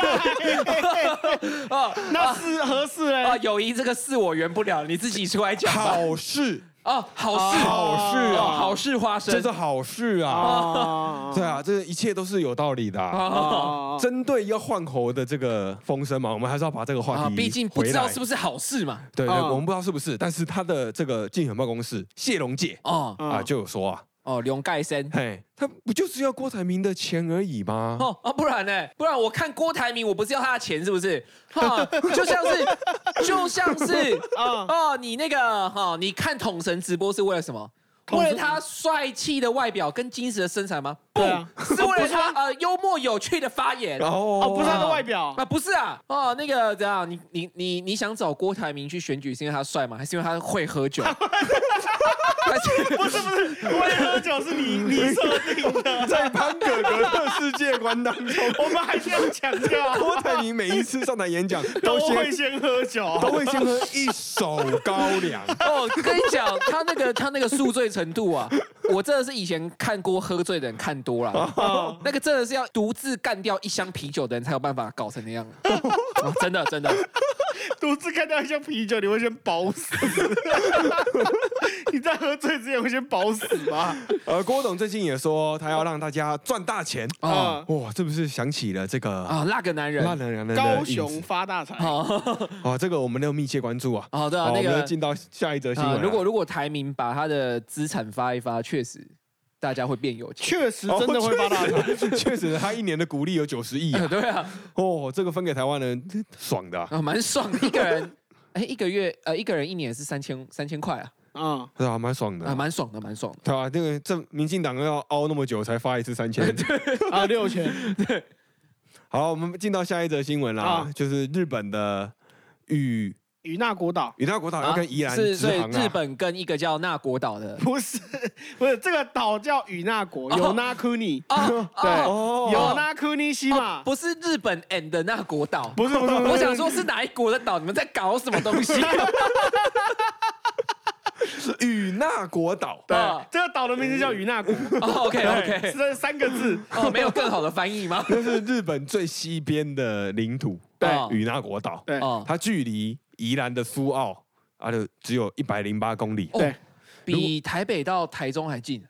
S2: *laughs* 哦
S3: 那是合适
S2: 啊，
S3: 嘞？
S2: 友谊这个事我圆不了，你自己出来讲吧。
S1: 好事，
S2: 哦，好事，
S1: 好事
S2: 哦
S1: 啊，
S2: 好事花生
S1: 这是好事啊。
S3: 啊
S1: 对啊，这一切都是有道理的啊、
S2: 啊
S3: 啊，
S1: 针对要换猴的这个风声嘛，我们还是要把这个话
S2: 啊
S1: 题，
S2: 毕竟不知道是
S1: 不
S2: 不是好事嘛。
S1: 对对，
S3: 嗯
S1: 我们不知道是不是，但是他的这个竞选办公室谢龙介
S2: 哦
S1: 啊
S3: 啊
S1: 就有说啊，
S2: 哦，龙盖森。
S1: 嘿，他不就是要郭台铭的钱而已吗？
S2: 哦啊，不然呢？不然我看郭台铭，我不是要他的钱，是不是？哈，就像是，就像是，
S3: 啊
S2: 哦，你那个哈、你看统神直播是为了什么？
S3: 统
S2: 为
S3: 神
S2: 了他帅气的外表跟精实的身材吗？不，
S3: 对啊
S2: 是为了他呃幽默有趣的发言。
S1: 然后
S3: 哦，不是他的外表，
S2: 啊，不是啊，哦，那个怎样？你你你你想找郭台铭去选举，是因为他帅吗？还是因为他会喝 *laughs* 酒？还是
S3: 不是不是，我也喝酒是你你设定
S1: *laughs*
S3: 的，
S1: 在潘哥哥的世界观当中，
S3: 我们还是要强调，
S1: 郭台铭每一次上台演讲
S3: 都
S1: 都
S3: 会
S1: 先
S3: 先喝酒，
S1: 都会先喝一手高粱，
S2: 哦，跟你讲，他那个他那个宿醉程度啊，我真的是以前看过喝醉的人看多了，
S3: 啊
S2: 那个真的是要独自干掉一箱啤酒的人才有办法搞成那样、 *laughs* 哦真的真的。
S3: 独自看到一箱啤酒，你会先饱死。你在喝醉之前会先饱死吗？
S1: 而郭董最近也说他要让大家赚大钱，
S2: 哦
S3: 啊，
S1: 哇，这不是想起了这个
S2: 啊，那个男人，
S1: 烂人人的
S3: 高
S1: 影子
S3: 雄发大财，
S2: 好，
S1: 哦，这个我们要密切关注啊。
S2: 好的，
S1: 好，
S2: 哦那
S1: 我们
S2: 个
S1: 要进到下一则新闻
S2: 啊，
S1: 了。
S2: 如果如果台民把他的资产发一发，确实大家会变有钱。 *laughs*
S3: 确实真的会发大财。
S1: 财，哦确实， *laughs* 他一年的股利有九十亿
S2: *laughs*
S1: 啊！
S2: 对啊，
S1: 哦，这个分给台湾人，这爽
S2: *laughs*
S1: 的啊、
S2: 啊，蛮爽的，一个人， *laughs* 哎，一个月，呃，一个人一年是三千三千块啊，
S3: 嗯，
S1: 对啊，蛮爽的啊、
S2: 啊，蛮爽的，蛮爽的。
S1: 对啊，那个这民进党要熬那么久才发一次三千。
S3: 啊，六千
S1: 好，我们进到下一则新闻啦，
S3: 啊
S1: 就是日本的与
S3: 与那国岛
S1: 与那国岛要跟宜兰
S2: 是，
S1: 直
S2: 所以
S1: 航啊。
S2: 日本跟一个叫那国岛的，
S3: 不是不是这个岛叫与那国，有那库尼，
S2: 哦
S3: 对，
S1: 哦，
S3: 有那库尼西马，
S2: 不是日本 and 那国岛，
S3: 不是不是，不是
S2: 我想说是哪一国的岛？你们在搞什么东西？
S1: 与那国岛。
S3: 对
S2: 啊，
S3: 这个岛的名字叫与那国
S2: ，OK
S3: 对
S2: 哦 OK，
S3: 这三个字，
S2: 哦，没有更好的翻译吗？
S1: 那是日本最西边的领土，
S3: 对
S2: 哦
S1: 与那国岛，
S3: 对
S1: *laughs*
S2: 哦
S3: 哦
S1: 它距离宜兰的苏澳啊，就只有一百零八公里。
S3: 对，
S2: 比台北到台中还近。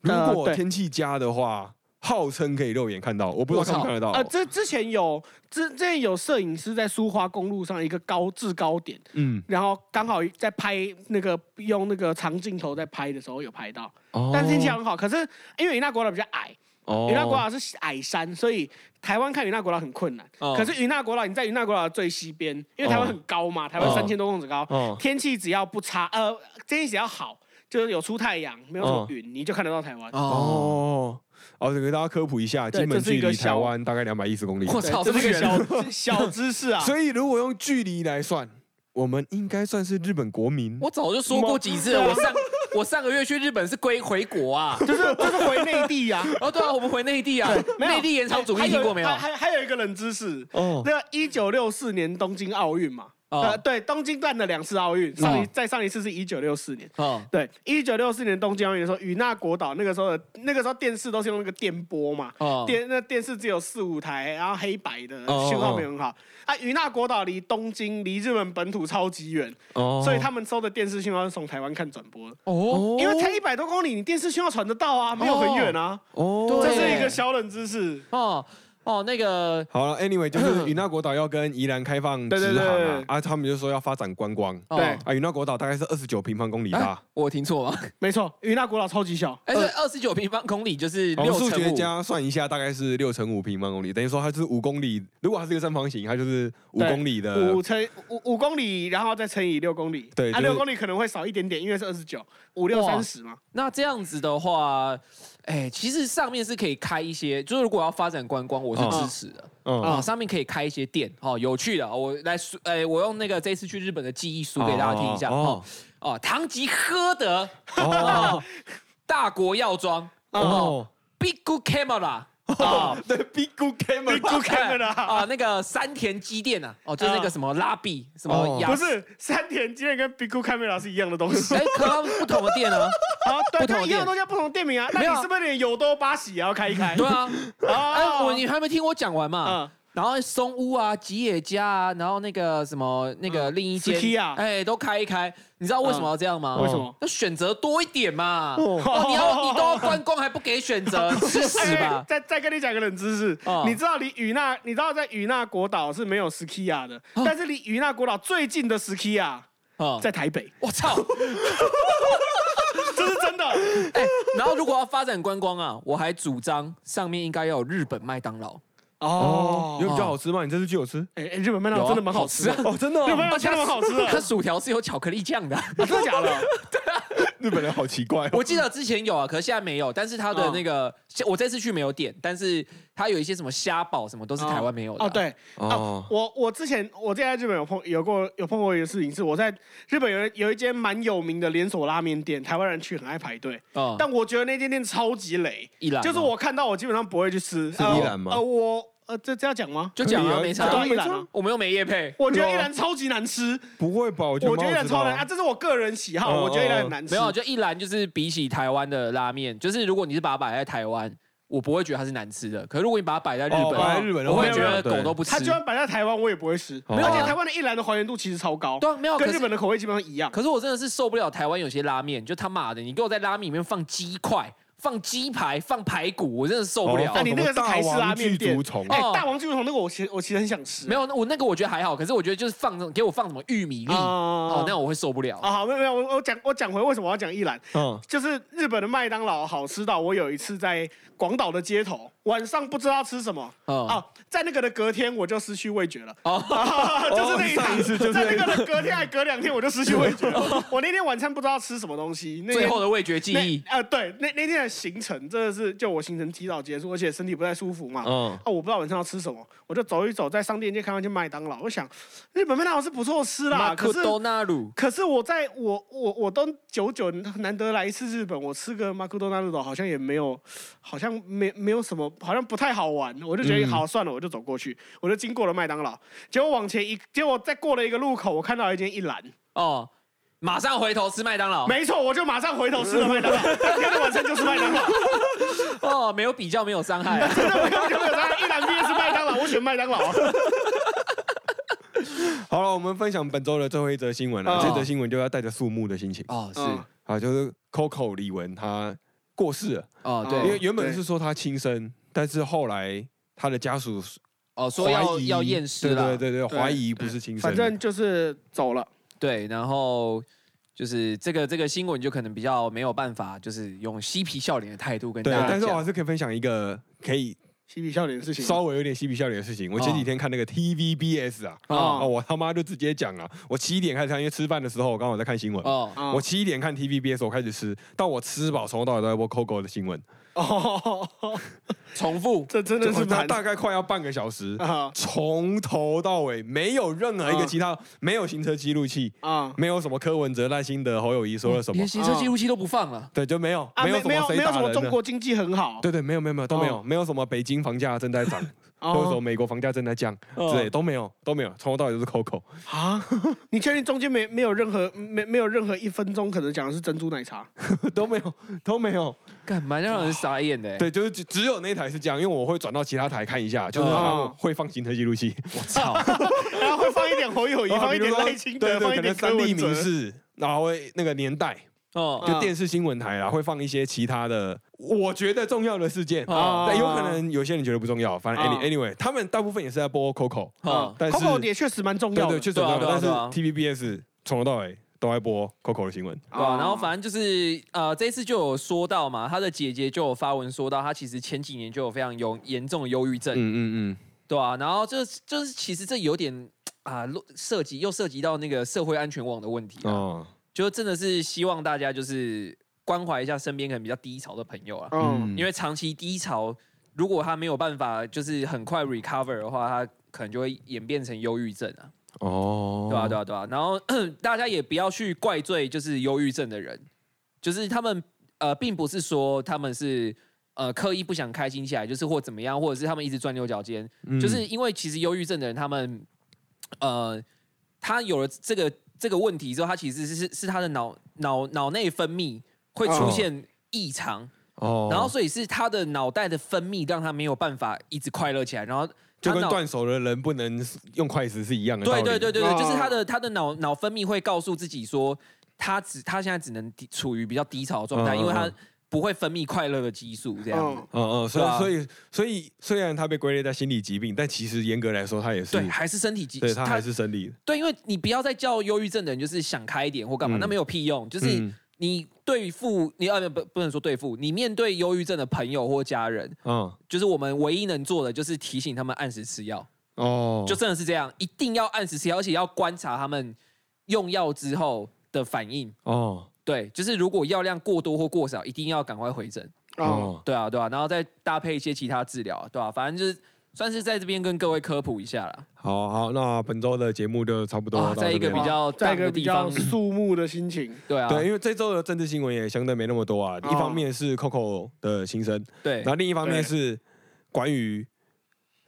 S1: 如
S3: 呃
S1: 果
S3: 对
S1: 天气佳的话，号称可以肉眼看到，我不知道看不看得到。
S3: 啊，这之前有之之前有摄影师在苏花公路上一个高制高点，
S1: 嗯，
S3: 然后刚好在拍那个用那个长镜头在拍的时候有拍到，
S1: 哦
S3: 但是天气很好。可是因为云那国岛比较矮，
S1: 哦
S3: 云那国岛啊是矮山，所以台湾看云那国岛很困难。
S2: 哦
S3: 可是云那国岛你在云那国岛的最西边，因为台湾很高嘛，台湾
S1: 哦
S3: 三千多公尺高，
S1: 哦
S3: 天气只要不差，呃，天气只要好，就是有出太阳，没有什么云，你就看得到台湾。
S2: 哦，
S1: 哦哦，给大家科普一下，
S3: 对
S1: 金门
S3: 这是
S1: 距
S3: 一个
S1: 离台
S3: 小
S1: 湾大概两百一十公里。
S2: 我操，
S3: 对
S2: 这
S3: 这
S2: 么
S3: 是个
S2: 远啊，
S3: 小小 *laughs* 知识啊。
S1: 所以如果用距离来算，我们应该算是日本国民。
S2: 我早就说过几次了。
S3: 什么
S2: 我上 *laughs* 我上个月去日本是归回国啊。
S3: 就是就是回内
S2: *laughs*
S3: 地呀、
S2: 哦，对啊，我们回内地啊。
S3: 没有哎
S2: 内地延长主义听过没有
S3: 还？还还有一个冷知识，
S1: 哦，
S3: 那一九六四年东京奥运嘛，
S2: 哦
S3: 呃，对，东京办了两次奥运，上一、
S2: 哦
S3: 再上一次是一九六四年。
S2: 哦
S3: 对，一九六四年东京奥运的时候，与那国岛那个时候的那个时候电视都是用那个电波嘛，
S2: 哦，
S3: 电那电视只有四五台，然后黑白的
S1: 哦
S3: 信号没有很好。啊，与那国岛离东京离日本本土超级远，
S1: 哦
S3: 所以他们收的电视信号是从台湾看转播的，
S2: 哦
S3: 因为才一百多公里，你电视信号传得到啊，没有很远啊。
S1: 哦
S2: 对
S3: 这是一个小冷知识。
S2: 哦哦，那个
S1: 好了，anyway，就是与那国岛要跟宜兰开放
S3: *laughs* 对对
S1: 直航
S3: 对
S1: 啊
S3: 对，
S1: 啊，他们就说要发展观光
S2: 哦
S3: 对
S1: 啊，与那国岛大概是二十九平方公里
S2: 哎
S1: 大，
S2: 我听错吗？
S3: 没错，与那国岛超级小，
S2: 哎，对，二十九平方公里就是
S3: 哎
S1: 我们
S2: 六
S1: 哦数
S2: 乘
S1: 学
S2: 五。
S1: 家算一下，大概是六乘五平方公里，等于说它是五公里。如果它是一个正方形，它就是五
S3: 对
S1: 公里的
S3: 五乘五五公里，然后再乘以六公里，
S1: 对就
S3: 啊，
S1: 是
S3: 六公里可能会少一点点，因为是二十九，五六
S2: 哇
S3: 三十嘛，
S2: 那这样子的话，哎，其实上面是可以开一些，就是如果要发展观光，我是支持的。
S1: 嗯
S2: 啊、上面可以开一些店，哦，有趣的，我来数，哎，我用那个这一次去日本的记忆数给大家听一下，哦
S1: 哦，
S2: 哦，唐吉诃德，
S3: *laughs*
S1: 哦
S2: 大国药妆，哦
S1: 哦，
S2: ，Big Good Camera，哦
S1: *laughs* 对，Big Good Camera，
S3: 啊 Big Good
S2: *laughs*
S3: Camera
S2: 啊，那个山田机电啊，哦，就是那个什么拉比，什么
S1: 哦
S2: 雅
S3: 不，是山田今天跟 Big Cool Camera 是一样的东
S2: *laughs*
S3: 西
S2: 哎，可他们不同的店啊，
S3: 啊，
S2: 不
S3: 对，
S2: 同的
S3: 它一样
S2: 店
S3: 的东西，不同的店名啊，那
S2: 没有啊
S3: 你是不是连有多巴喜也要开一
S2: *laughs*
S3: 开？
S2: 对啊，哎，
S3: 啊
S2: 我你还啊没听我讲完嘛
S3: 嗯，
S2: 然后松屋啊、吉野家啊，然后那个什么那个另一间
S3: 嗯 Sukiya，嗯
S2: 哎，都开一开，你知道为什么要这样吗？
S3: 为什么？
S2: 要选择多一点嘛！
S1: 哦
S2: 哦，你要你都要观光还不给选
S3: *laughs*
S2: 择，吃屎
S3: 哎
S2: 吧！
S3: 再再跟你讲一个冷知识
S2: 哦，
S3: 你知道离与那，你知道在与那国岛是没有 Skia 的，但是离与那国岛最近的 Skia
S2: 哦，
S3: 在台北，
S2: 我操！
S3: 这是真的。
S2: 哎，然后如果要发展观光啊，我还主张上面应该要有日本麦当劳，
S1: 哦，有比较
S2: 哦
S1: 好吃吗？你这次去有吃？
S3: 哎，哎日本麦当
S2: 有啊
S3: 劳真的蛮好吃的
S2: 好，
S1: 哦，真的哦，
S3: 日本麦当劳真的蛮好吃啊的
S2: 它，薯条啊是有巧克力酱的。
S3: 啊真的假的？
S1: 日本人好奇怪哦。
S2: *laughs* 我记得之前有啊，可是现在没有。但是它的那个，我这次去没有点，但是它有一些什么虾堡什么都是台湾没有的啊。
S3: 哦，对，
S1: 哦
S3: 哦，我我之前我之前在日本有碰有过有碰过一个事情，是我在日本有一有一间蛮有名的连锁拉面店，台湾人去很爱排队，
S2: 哦，
S3: 但我觉得那间店超级雷，
S2: 一兰
S3: 就是
S2: 哦
S3: 我看到我基本上不会去吃。是
S1: 宜兰吗
S3: 呃，我呃这这要讲吗？
S2: 就讲啊，没差
S3: 啊
S1: 可以啊
S3: 当然啊，
S2: 我们又没夜
S3: *laughs*
S2: 配，
S3: 我觉得
S1: 对啊
S3: 一兰超级难吃，
S1: 不会吧？我觉
S3: 我
S1: 得
S3: 觉得
S1: 蛮好
S3: 一
S1: 吃
S3: 兰
S1: 的
S3: 超
S1: 啊
S3: 难啊，这是我个人喜好，
S1: 哦
S3: 我觉得一兰很难吃。
S2: 没有，啊就一兰就是比起台湾的拉面，就是如果你是把它摆在台湾，我不会觉得它是难吃的。可是如果你把它摆在日
S1: 哦
S2: 本，
S1: 摆在日本的
S2: 我
S1: 话
S2: 会觉得
S1: 对
S2: 狗都不吃
S3: 它。就算摆在台湾，我也不会吃。
S1: 没
S2: 有啊
S3: 而且台湾的一兰的还原度其实超高，
S2: 对啊，没有
S3: 跟
S2: 可
S3: 日
S2: 是
S3: 本的口味基本上一样。
S2: 可是我真的是受不了台湾有些拉面，就他妈的，你给我在拉面里面放鸡块、放鸡排、放排骨，我真的受不了
S1: 哦。
S3: 那你那个是台式
S1: 大
S3: 拉面
S1: 王
S3: 店
S1: 巨足虫
S3: 哎
S2: 哦，
S3: 大王巨头那个我其实我其实很想吃。
S2: 没有，那我那个我觉得还好，可是我觉得就是放那种给我放什么玉米粒，
S3: 啊
S2: 哦，那我会受不了。
S3: 啊，好，没有没有，我我讲我讲回为什么我要讲一兰，
S1: 嗯，
S3: 就是日本的麦当劳好吃到我有一次在广岛的街头，晚上不知道吃什么。
S2: 哦
S3: 啊，在那个的隔天我就失去味觉了，
S2: 哦， *laughs*
S3: 啊、就是那一
S1: 上一次就是
S3: 在那个的隔天还隔两天我就失去味
S2: *laughs*
S3: 觉了。我那天晚餐不知道吃什么东西，那
S2: 最
S3: 天
S2: 后的味觉记忆
S3: 那啊、对，那那天的行程真的是就我行程提早结束，而且身体不太舒服嘛。
S1: 嗯
S3: 啊，我不知道晚上要吃什么，我就走一走，在商店街看到一间麦当劳，我想日本麦当劳是不错吃啦，
S2: 马
S3: 可
S2: 可
S3: 是
S2: 多纳鲁
S3: 可是我在我我我都久久难得来一次日本，我吃个马克多纳鲁岛好像也没有，好像没没有什么，好像不太好玩。我就觉得、
S1: 嗯
S3: 好算了，我就走过去，我就经过了麦当劳，结果往前一，结果再过了一个路口，我看到一间一兰，
S2: 哦，马上回头吃麦当劳。
S3: *laughs* 没错，我就马上回头吃了麦当劳，当天的晚餐就是麦当劳，
S2: 哦，没有比较，没有伤害啊。
S1: *laughs*
S3: 真的没有就没有当然一兰 VS 麦当劳，我选麦当劳。啊
S1: 好了，我们分享本周的最后一则新闻了。
S3: 哦
S1: 这则新闻就要带着肃穆的心情。
S2: 哦，是
S3: 嗯
S1: 好啊，就是 Coco 李玟她过世了，
S2: 哦，
S1: 因为
S2: 对，
S1: 原本
S3: 对
S1: 是说她轻生，但是后来她的家属
S2: 哦，说
S1: 怀
S2: 要
S1: 疑
S2: 要验尸了，
S1: 对对对对，
S3: 对
S1: 怀疑不是轻生，
S3: 反正就是走了。
S2: 对，然后就是这个这个新闻就可能比较没有办法，就是用嬉皮笑脸的态度跟大
S1: 对，
S2: 家
S1: 但是我还
S2: 讲。
S1: 是可以分享一个可以
S3: 嬉皮笑脸的事情，哦
S1: 稍微有点嬉皮笑脸的事情。我前几天看那个 TVBS 啊，
S2: 哦
S1: 啊，我他妈就直接讲啊，我七点开始看，因为吃饭的时候我刚好在看新闻。
S2: 哦
S3: 啊
S1: 我七点看 TVBS，我开始吃，到我吃饱，从头到尾都在播 Coco 的新闻，
S3: 哦，
S2: 重复
S3: 这真的是
S1: 就大嗯
S3: 蛮
S1: 大概快要半个小时，
S3: 啊
S1: 从头到尾没有任何一个
S3: 啊
S1: 其他，没有行车记录器，
S3: 啊
S1: 没有什么柯文哲、赖清德、侯友谊说了什么
S2: 连，行车记录器都不放了。
S1: 对，就没有，
S3: 嗯啊！
S1: 有
S3: 没
S1: 什
S3: 没
S1: 么
S3: 有
S1: 谁
S3: 没有
S1: 打
S3: 什么
S1: 人
S3: 中
S1: 的，
S3: 国经济很好，
S1: 对对，没有没有没有都没有，没有什么北京房价正在涨，或者什么
S3: 哦
S1: 美国房价正在降之类，
S2: 哦
S1: 都没有都没有，从头到尾都是 Coco。 *laughs*
S3: 啊！你确定中间没没有任何没没有任何一分钟可能讲的是珍珠奶茶？ *laughs*
S1: 都没有，都没有。
S2: 干蛮让人傻眼的欸。
S1: 嗯对，就是只只有那一台是这样，因为我会转到其他台看一下，就是他们
S3: 哦
S1: 会放行车记录器，
S2: 我
S1: *laughs*
S2: 操！
S3: 然后会放一点侯友谊，
S1: 然后
S3: 放
S1: 啊比
S3: 一
S1: 如
S3: 点
S1: 说
S3: 赖清德，
S1: 对
S3: 放
S1: 对，可
S3: 一
S1: 能
S3: 点
S1: 三
S3: 柯
S1: 立名
S3: 文哲。
S1: 视，然后会那个年代，
S2: 哦
S1: 就电视新闻台啦，会放一些其他的，我觉得重要的事件。哎
S2: 哦
S1: 但有可能有些人觉得不重要，反正
S3: 哦
S1: any anyway，他们大部分也是在播 Coco，
S2: 哦
S1: 嗯但是
S3: Coco 也确实蛮重
S1: 对
S3: 要的
S1: 对，确实重
S2: 对啊
S1: 要，
S2: 对啊
S1: 但是
S2: 对啊
S1: TVBS 从头到尾都在播 Coco 的新闻。
S2: 对
S3: 哦
S2: 啊，然后反正就是呃，这一次就有说到嘛，他的姐姐就有发文说到，他其实前几年就有非常有严重的忧郁症，
S1: 嗯嗯
S2: 对啊，然后这就是其实这有点啊、落涉及又涉及到那个社会安全网的问题、
S1: 嗯，
S2: 啊，
S1: 哦，
S2: 就真的是希望大家就是关怀一下身边可能比较低潮的朋友啊，
S1: 哦
S3: 嗯，
S2: 因为长期低潮，如果他没有办法就是很快 recover 的话，他可能就会演变成忧郁症啊，
S1: 哦，
S2: 对啊，对啊，对啊。然后 *clears throat* 大家也不要去怪罪就是忧郁症的人，就是他们呃，并不是说他们是呃刻意不想开心起来，就是或怎么样，或者是他们一直钻牛角尖，
S1: 嗯
S2: 就是因为其实忧郁症的人他们呃，他有了这个这个问题之后，他其实是是是他的脑脑脑内分泌会出
S1: 哦
S2: 现异常，
S1: 哦，
S2: 然后所以是他的脑袋的分泌让他没有办法一直快乐起来，然后
S1: 就
S2: 他
S1: 跟
S2: 脑
S1: 断手的人不能用筷子是一样的道
S2: 对
S1: 理。
S2: 对对对对，
S3: 哦
S2: 就是他的他的脑脑分泌会告诉自己说，他只他现在只能低处于比较低潮的状态，
S1: 嗯嗯
S2: 因为他
S1: 嗯
S2: 不会分泌快乐的激素这样子。
S3: 嗯，
S1: 嗯嗯，所以、
S2: 对啊
S1: 所以所以虽然它被归类在心理疾病，但其实严格来说，它也是
S2: 对，还是身体激，
S1: 对它还是生理的。
S2: 对，因为你不要再叫忧郁症的人就是想开一点或干嘛，
S1: 嗯
S2: 那没有屁用。就是
S1: 嗯
S2: 你啊对付你呃不不能说对付，你面对忧郁症的朋友或家人，
S1: 嗯
S2: 就是我们唯一能做的就是提醒他们按时吃药，
S1: 哦，
S2: 就真的是这样，一定要按时吃药，而且要观察他们用药之后的反应。
S1: 哦
S2: 对，就是如果药量过多或过少，一定要赶快回诊。
S3: 哦，
S1: 哦
S2: 对啊，对啊，然后再搭配一些其他治疗啊，对啊，反正就是算是在这边跟各位科普一下啦。
S1: 好好，那本周的节目就差不多
S2: 啊，
S1: 到
S2: 在一
S1: 这
S2: 个
S1: 边
S2: 比
S1: 了。
S2: 较
S3: 哦在
S2: 淡
S3: 一个
S2: 的
S3: 比
S2: 地
S3: 较
S2: 方，
S3: 肃穆的心情，
S2: 对啊，
S1: 对，因为这周的政治新闻也相对没那么多啊。
S3: 哦
S1: 一方面是 Coco 的心声，
S2: 对
S1: 然后另一方面
S3: 对
S1: 是关于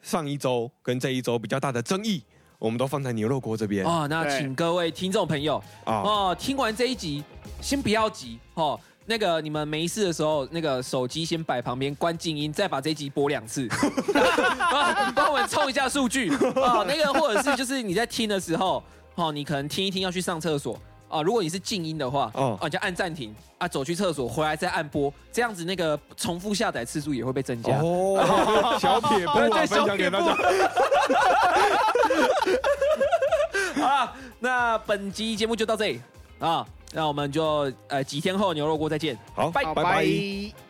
S1: 上一周跟这一周比较大的争议，我们都放在牛肉锅这边啊。
S2: 哦，那
S3: 对
S2: 请各位听众朋友哦，听完这一集先不要急哦。那个你们没事的时候，那个手机先摆旁边，关静音，再把这一集播
S1: *laughs*
S2: 两次，啊帮我们冲一下数据哦。那个或者是就是你在听的时候，哦，你可能听一听要去上厕所啊、如果你是静音的话，哦
S1: 哦，
S2: 你就按暂停啊，走去厕所回来再按播，这样子那个重复下载次数也会被增加。
S1: 哦， *laughs* 小撇步
S2: *laughs* 对对
S1: 啊，分享给大家。
S2: 好了，那本集节目就到这里啊，那我们就呃几天后牛肉锅再见。
S1: 好，
S2: 拜
S3: 好
S1: 拜拜
S3: 拜